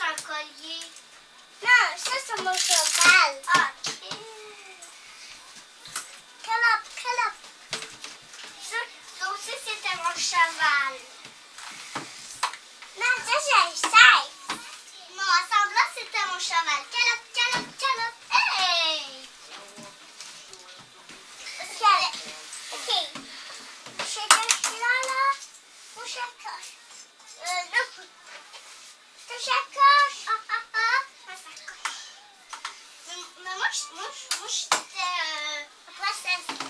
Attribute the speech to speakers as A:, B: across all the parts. A: un collier.
B: Non, ça, c'est mon cheval.
A: Ah,
B: Calop, calop.
A: ça, ça aussi c'était mon cheval.
B: Non, ça, c'est un chef.
A: Non, là c'était mon cheval. Calop, calop, calop. Hey!
B: Calop. Ok. C'est celui-là, là, ou sacoche?
A: Euh, non.
B: C'est sacoche.
A: Ah, ah, ah. Mais, mais moi, je- moi, je- moi, j'étais euh, princesse.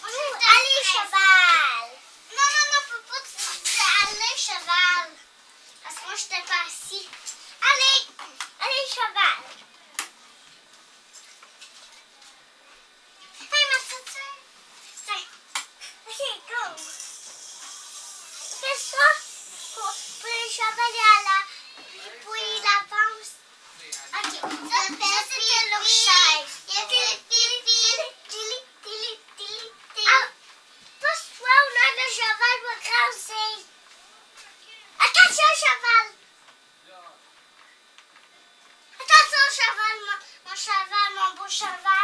A: Moi, j'étais
B: Allez,
A: princesse.
B: cheval.
A: Non, non, non, faut pas que tu dises allez, cheval. Parce que moi, j'étais pas assis. Allez!
B: Allez, cheval.
A: Hey, ma petite Tiens.
B: Ok, go. C'est ça pour, pour les chevals et à la...
A: Pour les lapins. Ok. Ça, ça, c'était leur chaise. Il y avait Pipi, Tilly, Tilly, Tilly, Tilly.
B: Ah, pousse-toi ou non, le cheval va grincer. Attention, cheval.
A: Attention, cheval, mon, mon cheval, mon beau cheval.